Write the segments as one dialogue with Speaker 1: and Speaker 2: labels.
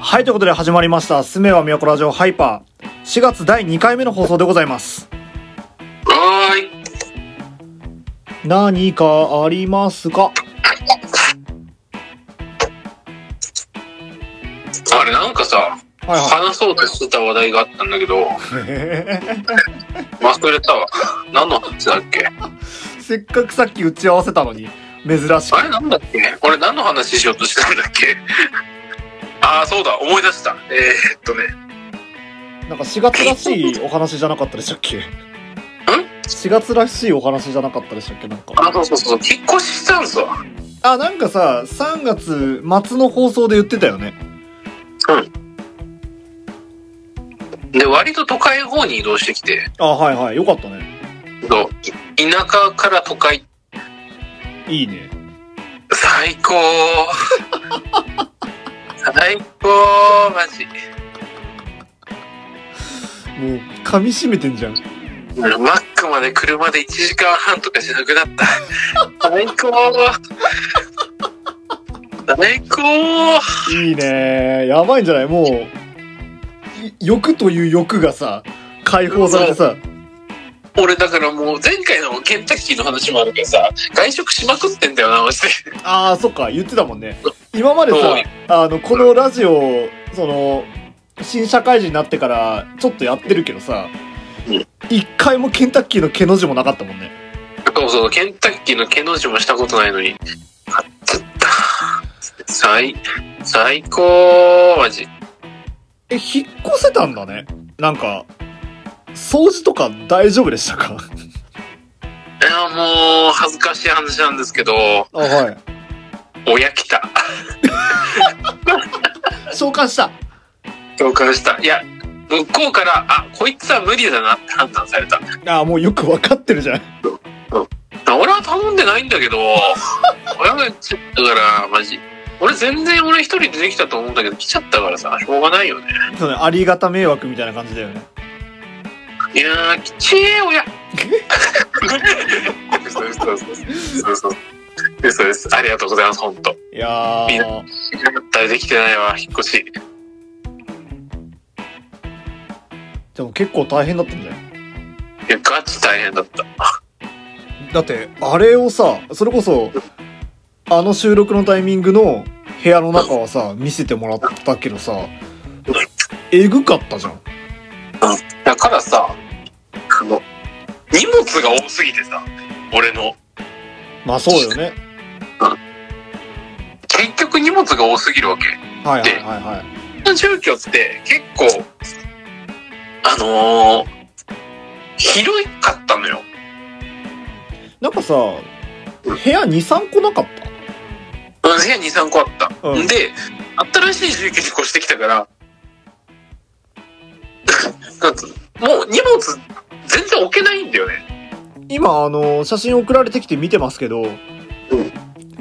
Speaker 1: はい、ということで始まりました、すめはみやこラジオハイパー。4月第2回目の放送でございます。
Speaker 2: はーい。
Speaker 1: 何かありますか
Speaker 2: あれ、なんかさ、
Speaker 1: はいは
Speaker 2: 話そうとしてた話題があったん だけど、
Speaker 1: い。
Speaker 2: 忘れたわ。何の話だっけ
Speaker 1: せっかくさっき打ち合わせたのに、珍しく
Speaker 2: あ。れ、なんだっけ俺、何の話しようとしてたんだっけ ああ、そうだ、思い出した。えー、っとね、
Speaker 1: なんか4月らしいお話じゃなかったでしたっけん ?4 月らしいお話じゃなかったでしたっけなんか。
Speaker 2: あ、そうそうそう、引っ越ししたんですわ。
Speaker 1: あ、なんかさ、3月末の放送で言ってたよね。
Speaker 2: で、割と都会の方に移動してきて、
Speaker 1: あ、はいはい。よかったね。
Speaker 2: そう田舎から都会、
Speaker 1: いいね。
Speaker 2: 最高 最高マジ。
Speaker 1: もう、噛み締めてんじゃん。
Speaker 2: マックまで車で1時間半とかじゃなくなった。最高最高
Speaker 1: いいねやばいんじゃないもう、い欲という欲がさ、解放されてさ、
Speaker 2: 俺だからもう前回のケンタッキーの話もあるけどさ、外食しまくってんだよな、マジで。
Speaker 1: ああ、そっか、言ってたもんね。今までさ
Speaker 2: そう、
Speaker 1: あの、このラジオ、その、新社会人になってから、ちょっとやってるけどさ
Speaker 2: うん、
Speaker 1: 一回もケンタッキーの毛の字もなかったもんね。
Speaker 2: そうそう、ケンタッキーの毛の字もしたことないのに。買っちゃった。最、最高マジ。
Speaker 1: え、引っ越せたんだね。なんか、掃除とか大丈夫でしたか
Speaker 2: いや、もう、恥ずかしい話なんですけど、
Speaker 1: あ、はい。
Speaker 2: 親来た。
Speaker 1: 召喚した。
Speaker 2: 共感した。いや、向こうから、あ、こいつは無理だなって判断された。
Speaker 1: ああ、もうよくわかってるじゃん。
Speaker 2: 俺は頼んでないんだけど、親がちょっとだから、マジ。俺全然俺一人でできたと思うんだけど、来ちゃったからさ、しょうがないよね。
Speaker 1: そうね、ありがた迷惑みたいな感じだよね。
Speaker 2: いやー、きちえ、親。嘘嘘嘘嘘嘘嘘です。ありがとうございます、ほんと。
Speaker 1: いや
Speaker 2: いい
Speaker 1: ー、
Speaker 2: 誰できてないわ、引っ越し。
Speaker 1: でも結構大変だったんじゃない
Speaker 2: いや、ガチ大変だった。
Speaker 1: だって、あれをさ、それこそ、あの収録のタイミングの部屋の中はさ、見せてもらったけどさ、えぐかったじゃん。
Speaker 2: だからさ、あの、荷物が多すぎてさ、俺の。
Speaker 1: まあそうよね。
Speaker 2: 結局荷物が多すぎるわけ。
Speaker 1: はいはいはいはい。
Speaker 2: の住居って結構、あのー、広いかったのよ。
Speaker 1: なんかさ、部屋2、3個なかった
Speaker 2: 部屋2、3個あった。
Speaker 1: うん
Speaker 2: で、新しい住居に越してきたから、なんつうのもう荷物全然置けないんだよね。
Speaker 1: 今あの写真送られてきて見てますけど、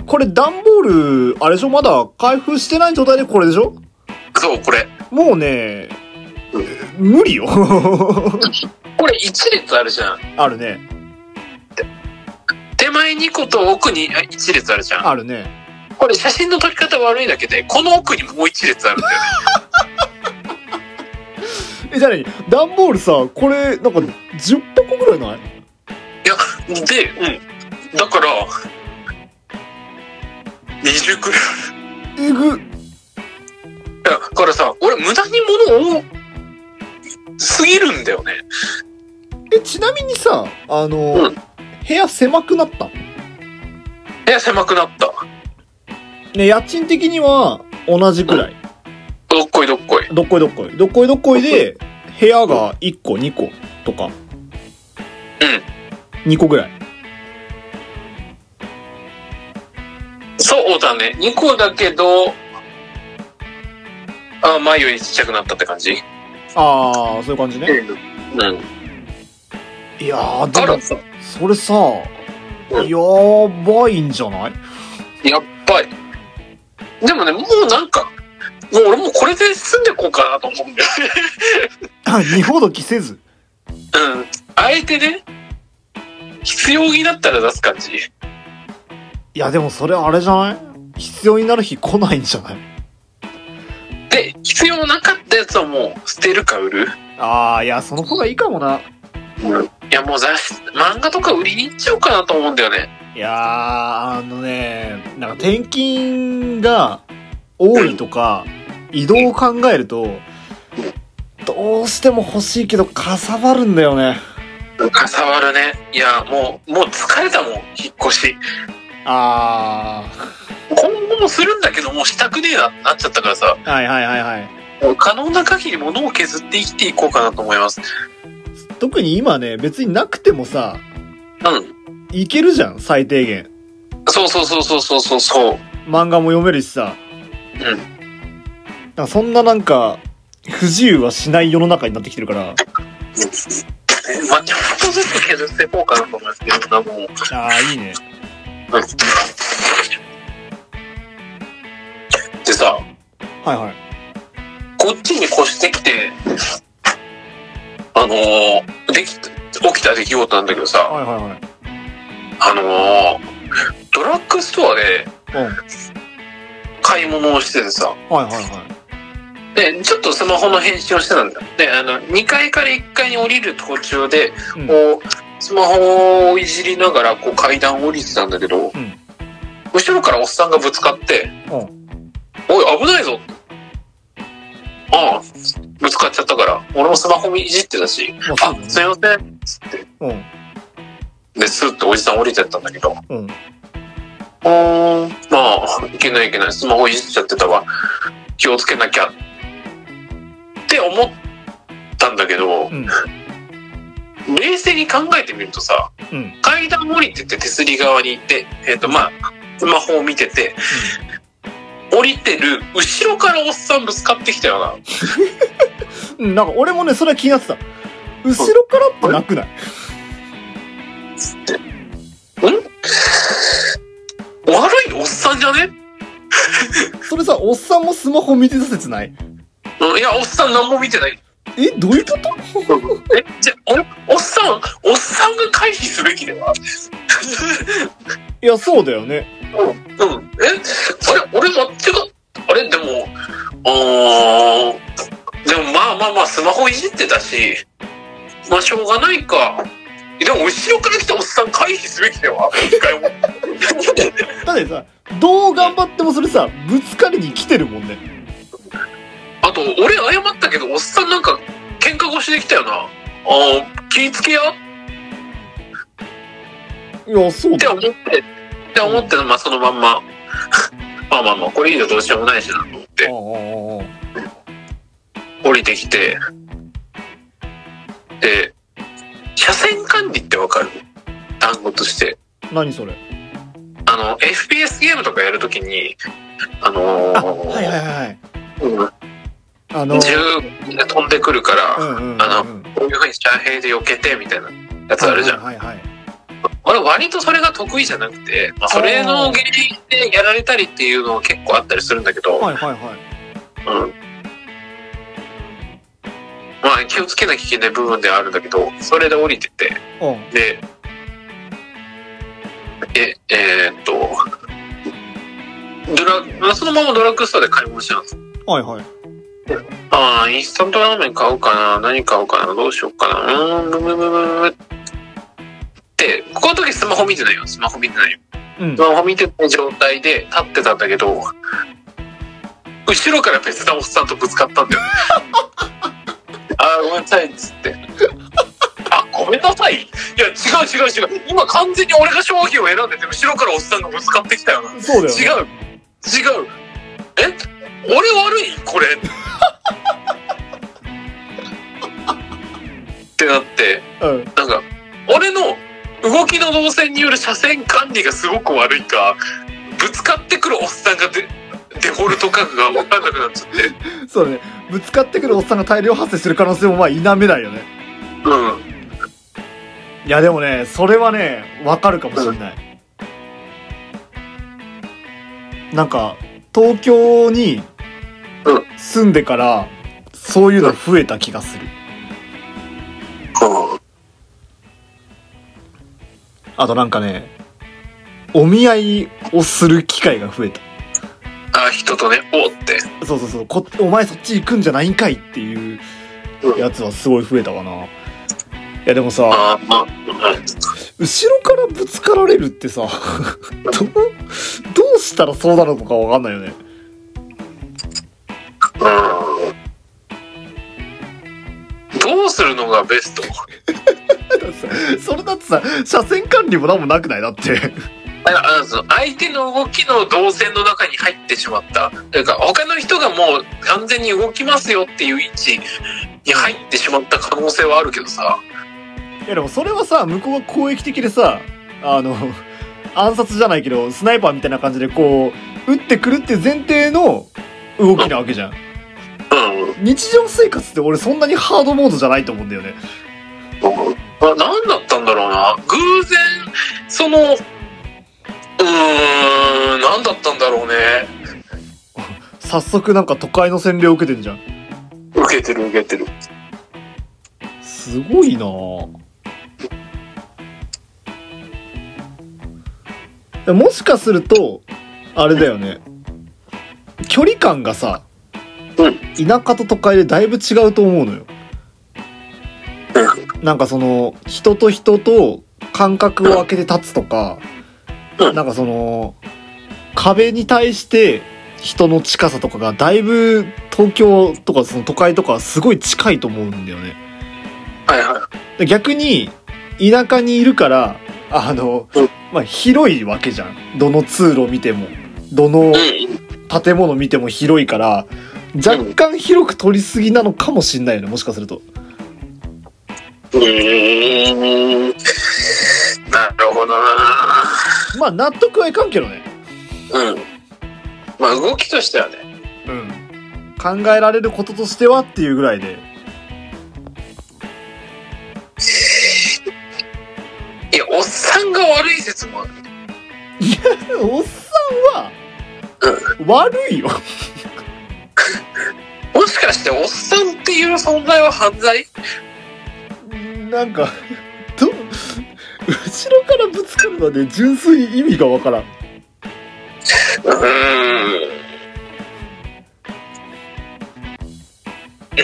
Speaker 1: これ段ボールあれでしょまだ開封してない状態でこれでしょ
Speaker 2: そう、これ。
Speaker 1: もうね無理よ
Speaker 2: これ1列あるじゃん。
Speaker 1: あるね
Speaker 2: 手前2個と奥に1列あるじゃん。
Speaker 1: あるね
Speaker 2: これ写真の撮り方悪いだけで、この奥にもう1列あるんだよね。
Speaker 1: えじゃあ何段ボールさこれなんか10箱ぐらいない
Speaker 2: で、うん。だから、20くらい
Speaker 1: えぐ
Speaker 2: いや、だからさ、俺無駄に物多すぎるんだよね。
Speaker 1: えちなみにさあの、
Speaker 2: うん
Speaker 1: 部屋狭くなった
Speaker 2: 部屋狭くなった。
Speaker 1: ね家賃的には同じくらい、
Speaker 2: どっこいどっこい。
Speaker 1: どっこいどっこいどっこいどっこいで部屋が1個2個とかうん2個ぐらい
Speaker 2: そうだね。2個だけど、あ、前よりちっちゃくなったって感じ
Speaker 1: ああそういう感じね
Speaker 2: うん。
Speaker 1: いやー
Speaker 2: か
Speaker 1: で
Speaker 2: ら
Speaker 1: も
Speaker 2: さ、
Speaker 1: それさ
Speaker 2: う
Speaker 1: や
Speaker 2: ん
Speaker 1: ばいんじゃない
Speaker 2: やっぱり。でもね、もうなんか、もう俺もうこれで住んでこうかなと思うんだよね。
Speaker 1: あ二ほどきせず
Speaker 2: うん。あえてね、必要になったら出す感じ。
Speaker 1: いやでもそれあれじゃない必要になる日来ないんじゃない
Speaker 2: でで、必要なかったやつはもう捨てるか売る。
Speaker 1: ああ、いや、その方がいいかもな。
Speaker 2: いや、もうざ漫画とか売りに行っちゃおうかなと思うんだよね。
Speaker 1: いやー、あのね、なんか転勤が多いとか、移動を考えると、どうしても欲しいけど、かさばるんだよね。
Speaker 2: かさわるね。いや、もう、もう疲れたもん、引っ越し。
Speaker 1: あ
Speaker 2: 今後もするんだけど、もうしたくねえなってなっちゃったからさ、
Speaker 1: ー、はいはいはいはい。
Speaker 2: もう可能な限り物を削って生きていこうかなと思います。
Speaker 1: 特に今ね、別になくてもさ、
Speaker 2: うん。
Speaker 1: いけるじゃん、最低限。
Speaker 2: そうそうそうそうそうそうそう。
Speaker 1: 漫画も読めるしさ。
Speaker 2: うん。
Speaker 1: なんかそんななんか、不自由はしない世の中になってきてるから。
Speaker 2: まあ、ちょっとずつ削っていこうかなと思いますけど、もう。
Speaker 1: ああ、いいね。
Speaker 2: でさ、
Speaker 1: はいはい。
Speaker 2: こっちに越してきて、あのーでき、起きた出来事なんだけどさ、
Speaker 1: はいは
Speaker 2: あのードラッグストアで
Speaker 1: いはい。うん。
Speaker 2: 買い物をしててさ、
Speaker 1: はいはいはい。
Speaker 2: で、ちょっとスマホの返信をしてたんだ。で、あの、2階から1階に降りる途中で、
Speaker 1: うん
Speaker 2: こう、スマホをいじりながら、こう階段を降りてたんだけど、
Speaker 1: ん
Speaker 2: 後ろからおっさんがぶつかって、
Speaker 1: う
Speaker 2: おい、危ないぞああ、ぶつかっちゃったから、俺もスマホいじってたし、
Speaker 1: まあ、そう
Speaker 2: あ
Speaker 1: だ、ね
Speaker 2: すいません、つって、
Speaker 1: うん。
Speaker 2: で、スーッとおじさん降りてったんだけど、
Speaker 1: うん。
Speaker 2: うーん、まあ、いけないいけない、スマホいじっちゃってたわ。気をつけなきゃ。って思ったんだけ
Speaker 1: う
Speaker 2: ど、
Speaker 1: ん。
Speaker 2: 冷静に考えてみるとさ、
Speaker 1: うん。
Speaker 2: 階段降りてって手すり側に行って、えっ、と、まあ、スマホを見てて、降りてる後ろからおっさんぶつかってきたよな。
Speaker 1: うん。なんか俺もね、それは気になってた。後ろからってなくない
Speaker 2: 悪いおっさんじゃね
Speaker 1: それさ、おっさんもスマホ見てた説ない
Speaker 2: うんいや、おっさん何も見てない。
Speaker 1: え、どういうこと
Speaker 2: え、じゃ、お、おっさん、おっさんが回避すべきでは
Speaker 1: いや、そうだよね。
Speaker 2: うん。え、あれ、俺間違っあれ、でも、あー、でもまあまあまあ、スマホいじってたし、まあしょうがないか。でも後ろから来たおっさん回避すべきでは一回思った。
Speaker 1: だってさ、どう頑張ってもそれさ、ぶつかりに来てるもんね。
Speaker 2: あと、俺謝ったけど、おっさんなんか、喧嘩越しできたよな。あー気ぃつけやっ
Speaker 1: いや、そうだ
Speaker 2: て
Speaker 1: よ。
Speaker 2: 思って、って思って、まあそのまんま。 まあまあまあ、これ以上どうしようもないしなと思って、
Speaker 1: あ
Speaker 2: 降りてきて。で、車線管理ってわかる単語として。
Speaker 1: あああ、何それ。
Speaker 2: あの、FPS ゲームとかやるときに、あのー
Speaker 1: あ、はいはいはいはい。
Speaker 2: うん
Speaker 1: あの、
Speaker 2: 銃が飛んでくるから、
Speaker 1: うんうんうん。
Speaker 2: あこういうふうに遮蔽で避けてみたいなやつあるじゃん。
Speaker 1: はいはいはい。
Speaker 2: 俺割とそれが得意じゃなくて、まあ、それの原因でやられたりっていうのは結構あったりするんだけど、
Speaker 1: はいはいはい。
Speaker 2: うん。まあ気をつけなきゃいけない部分ではあるんだけど、それで降りてて、
Speaker 1: うん。
Speaker 2: で、え、えーっと、ドラ、まあそのままドラッグストアで買い物してたんです
Speaker 1: はいはい。
Speaker 2: ああ、インスタントラーメン買うかな何買うかなどうしようかなうーん、ブブブブブって、この時スマホ見てないよ。スマホ見てないよ。
Speaker 1: うん
Speaker 2: ス。マホ見てない状態で立ってたんだけど、後ろから別なおっさんとぶつかったんだよね。 ああ、ごめんなさい、っつって。あ、ごめんなさいいや、違う違う違う。今完全に俺が商品を選んでて、後ろからおっさんがぶつかってきたよな。
Speaker 1: そうだよ、ね。
Speaker 2: 違う違うえ俺悪いこれってなって
Speaker 1: うん。
Speaker 2: なんか俺の動きの動線による車線管理がすごく悪いかぶつかってくるおっさんがデデフォルト感が分かんなくなっちゃって
Speaker 1: そうだね。ぶつかってくるおっさんが大量発生する可能性もまあ否めないよね。
Speaker 2: うん
Speaker 1: いやでもね、それはね、わかるかもしれない。なんか、東京に
Speaker 2: うん
Speaker 1: 住んでから、そういうの増えた気がする。あとなんかね、お見合いをする機会が増えた。
Speaker 2: あた人とね、おって。
Speaker 1: そうそうそうこお前そっち行くんじゃないんかいっていうやつはすごい増えたかないやでもさ
Speaker 2: あーまあ、はい
Speaker 1: 後ろからぶつかられるってさ どうどうしたらそうなのかわかんないよね
Speaker 2: うんどうするのがベスト
Speaker 1: それだってさ車線管理も何もなくないだって
Speaker 2: ああのその相手の動きの動線の中に入ってしまった。というか、他の人がもう完全に動きますよっていう位置に入ってしまった可能性はあるけどさ。
Speaker 1: いやでもそれはさ向こうが攻撃的でさあの暗殺じゃないけどスナイパーみたいな感じでこう撃ってくるっていう前提の動きなわけじゃん
Speaker 2: うん。
Speaker 1: 日常生活って俺そんなにハードモードじゃないと思うんだよね
Speaker 2: あ何だったんだろうな。偶然、その、うーん、何だったんだろうね。
Speaker 1: 早速なんか都会の洗礼を受けてんじゃん
Speaker 2: 受けてる受けてる。
Speaker 1: すごいなぁでもしかするとあれだよね距離感がさ
Speaker 2: うん
Speaker 1: 田舎と都会でだいぶ違うと思うのよなんかその人と人と間隔を空けて立つとか
Speaker 2: うん
Speaker 1: なんかその壁に対して人の近さとかがだいぶ東京とかその都会とかはすごい近いと思うんだよね。
Speaker 2: はいは
Speaker 1: で逆に田舎にいるからあの
Speaker 2: うん、
Speaker 1: まあ、広いわけじゃんどの通路見てもどの
Speaker 2: い。うん。
Speaker 1: 建物見ても広いから若干広く取りすぎなのかもしんないよねもしかすると
Speaker 2: うーん。なるほどな。
Speaker 1: まあ納得はいかんけどね
Speaker 2: うん。まあ動きとしてはね。
Speaker 1: うん考えられることとしてはっていうぐらいで
Speaker 2: いや、おっさんが悪い説もある。
Speaker 1: おっさんは悪いよ
Speaker 2: もしかしておっさんっていう存在は犯罪
Speaker 1: なんかど後ろからぶつかるまで純粋に意味がわからん
Speaker 2: うーん。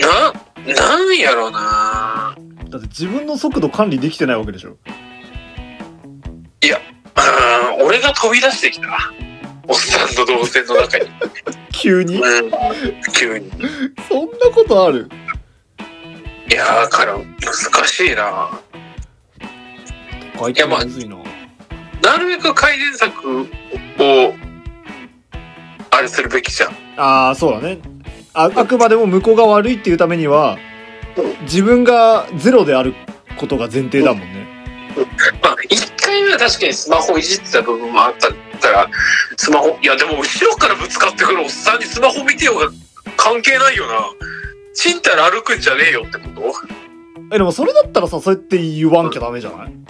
Speaker 2: な、なんやろな
Speaker 1: だって自分の速度管理できてないわけでしょ
Speaker 2: うーん、俺が飛び出してきた。おっさんと同線の中に。
Speaker 1: 急に
Speaker 2: うん、急に。
Speaker 1: そんなことある
Speaker 2: いやー、から、難しいな
Speaker 1: あい
Speaker 2: いやまあ
Speaker 1: むずいな。
Speaker 2: なるべく改善策を、あれするべきじゃん。
Speaker 1: ああ、そうだね。あ、あくまでも向こうが悪いっていうためには、自分がゼロであることが前提だもんね。
Speaker 2: まあ、1回目は確かにスマホいじってた部分もあったから、スマホ、いやでも後ろからぶつかってくるおっさんにスマホ見てよが関係ないよな。ちんたら歩くんじゃねえよってこ
Speaker 1: え、でもそれだったらさ、そうやって言わんきゃダメじゃない
Speaker 2: と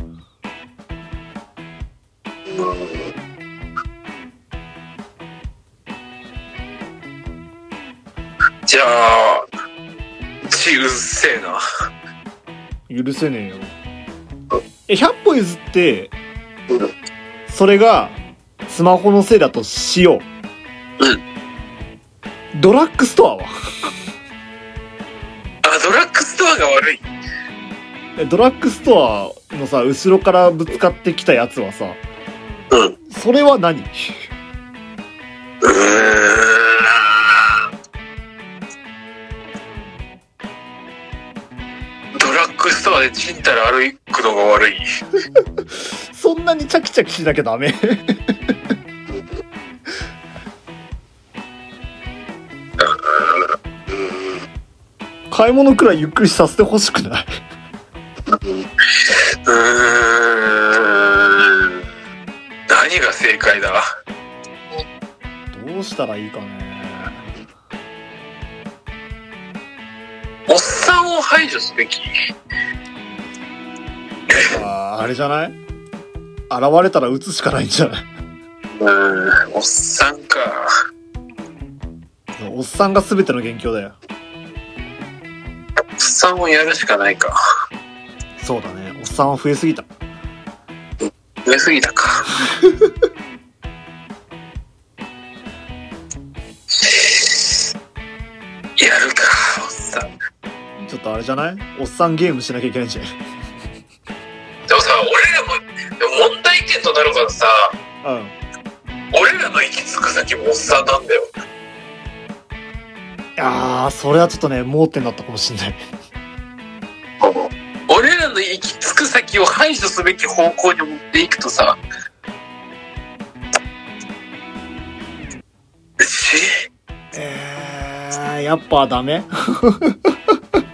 Speaker 2: じゃあ、ちうっせえな。
Speaker 1: 許せねえよ。え、100歩譲って、それが、スマホのせいだとしよう。ドラッグストアは
Speaker 2: あ、ドラッグストアが悪い。
Speaker 1: えドラッグストアのさ、後ろからぶつかってきたやつはさ、
Speaker 2: うん。う
Speaker 1: それは何
Speaker 2: ーん。ドラッグストアでちんたら歩くのが悪い。
Speaker 1: そんなにチャキチャキしなきゃダメ 買い物くらいゆっくりさせてほしくないう
Speaker 2: ーん何が正解だ
Speaker 1: どうしたらいいかね
Speaker 2: おっさんを排除すべき
Speaker 1: あーあれじゃない現れたら撃つしかないんじゃないう
Speaker 2: ーんおっさんか
Speaker 1: おっさんが全ての元凶だよ
Speaker 2: おっさんをやるしかないか
Speaker 1: そうだねおっさんは増えすぎた
Speaker 2: 増えすぎたかやるか、おっさん。
Speaker 1: ちょっとあれじゃないおっさんゲームしなきゃいけないんじゃない
Speaker 2: でもさ、俺らも、でも問題点となるからさ、
Speaker 1: うん。
Speaker 2: 俺らの行き着く先もおっさんなんだよ。
Speaker 1: ああ、それはちょっとね、盲点だったかもしんない。
Speaker 2: 俺らの行き着く先を排除すべき方向に持っていくとさ、し
Speaker 1: えー、やっぱダメ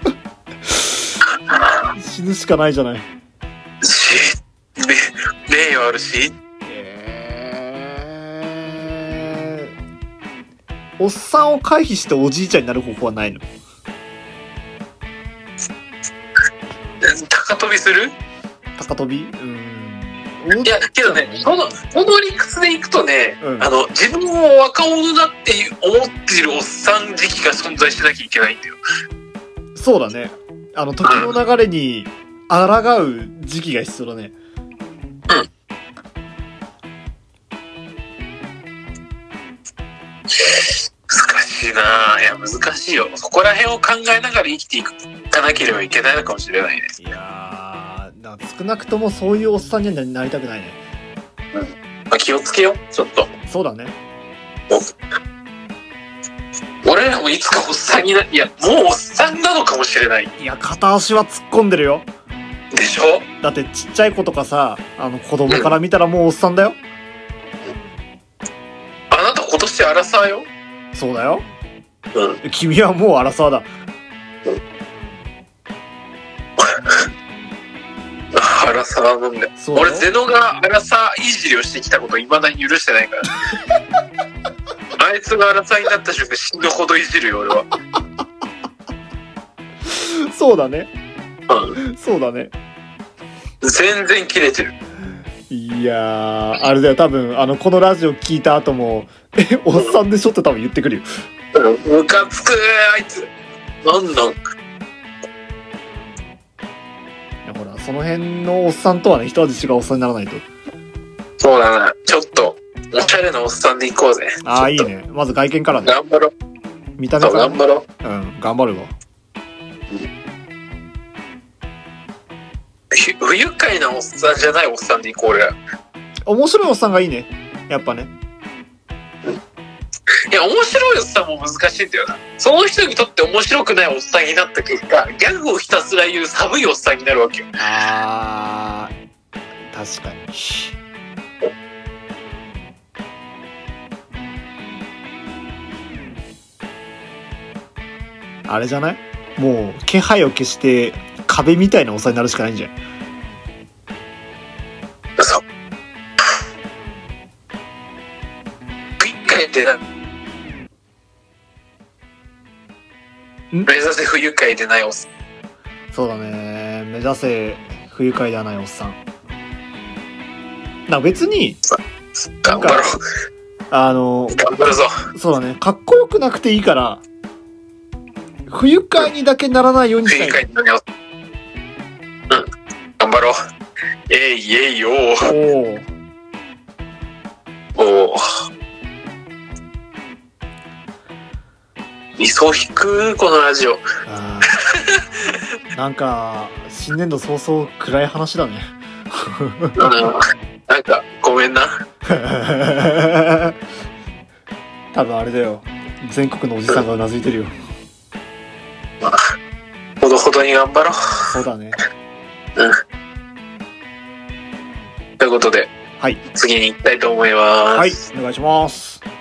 Speaker 1: 死ぬしかないじゃない。
Speaker 2: し、ね、例はあるし、
Speaker 1: えー、おっさんを回避しておじいちゃんになる方法はないの
Speaker 2: 高飛びする
Speaker 1: 高飛びうーん。
Speaker 2: いや、けどね、この、この理屈でいくとね、
Speaker 1: うん
Speaker 2: あの、自分を若者だって思っているおっさん時期が存在しなきゃいけないんだよ。
Speaker 1: そうだね。あの、時の流れに抗う時期が必要だね。
Speaker 2: 難しいなぁ。いや、難しいよ。そこら辺を考えながら生きていかなければいけないのかもしれないね。
Speaker 1: いやー、なんか少なくともそういうおっさんにはなりたくないね。
Speaker 2: まあ、気をつけよう、ちょっと。
Speaker 1: そうだね。
Speaker 2: 俺らもいつかおっさんにな、いや、もうおっさんなのかもしれない。
Speaker 1: いや、片足は突っ込んでるよ。
Speaker 2: でしょ
Speaker 1: だってちっちゃい子とかさ、あの子供から見たらもうおっさんだよ。
Speaker 2: あなた今年アラサーよ。
Speaker 1: そうだよ。
Speaker 2: うん。
Speaker 1: 君はもうアラサーだ。
Speaker 2: アラサーなんだよ。
Speaker 1: そうだ
Speaker 2: 俺、
Speaker 1: よ。
Speaker 2: ゼノがアラサーいじりをしてきたこと未だに許してないから。 あいつがアラサーになった瞬間死ぬほどいじるよ、俺は。
Speaker 1: そうだね。
Speaker 2: う
Speaker 1: そうだね。
Speaker 2: ん。全然キレてる。
Speaker 1: いやー、あれだよ。多分、あの、このラジオ聞いた後も、え、おっさんでしょって多分言ってくるよ。
Speaker 2: ムカつくあいつ。なんなん
Speaker 1: いや、ほら、その辺のおっさんとはね、一味違うおっさんにならないと。
Speaker 2: そうだな。ちょっと、おしゃれなおっさんで行こうぜ。
Speaker 1: あー、い
Speaker 2: ち
Speaker 1: い
Speaker 2: ょっと
Speaker 1: ね。まず外見からね。
Speaker 2: 頑張ろう。
Speaker 1: 見た目
Speaker 2: そう、
Speaker 1: から、
Speaker 2: 頑
Speaker 1: ね。
Speaker 2: 張ろう。
Speaker 1: うん、頑張るわ。
Speaker 2: ひ不愉快なおっさんじゃないおっさんで行こう俺ら。
Speaker 1: 面白いおっさんがいいね。やっぱね。
Speaker 2: いや、面白いおっさんも難しいんだよな。その人にとって面白くないおっさんになった結果、ギャグをひたすら言う寒いおっさんになるわけよ。
Speaker 1: あー、確かに。あれじゃないもう気配を消して壁みたいなおさになるしかないんじゃん
Speaker 2: そう。不愉快ってな。目指せ不愉快でないおっさん。
Speaker 1: そうだね目指せ不愉快ではないおっさんな別に
Speaker 2: 頑張ろう。
Speaker 1: あの
Speaker 2: 頑張るぞ。
Speaker 1: そうだねかっこよくなくていいから不愉快にだけならないように
Speaker 2: 不
Speaker 1: した
Speaker 2: 愉
Speaker 1: い
Speaker 2: 快でないおっさん。うん。頑張ろう。えいえいよー。
Speaker 1: おお
Speaker 2: おー理想低くこのラジオ。
Speaker 1: あーなんか新年度早々暗い話だね
Speaker 2: うんなんか、ごめんな。
Speaker 1: 多分あれだよ全国のおじさんがうなずいてるよ
Speaker 2: ほどほどに頑張ろう。
Speaker 1: そうだね
Speaker 2: ということで、
Speaker 1: はい
Speaker 2: 次に行きたいと思います。
Speaker 1: はいお願いします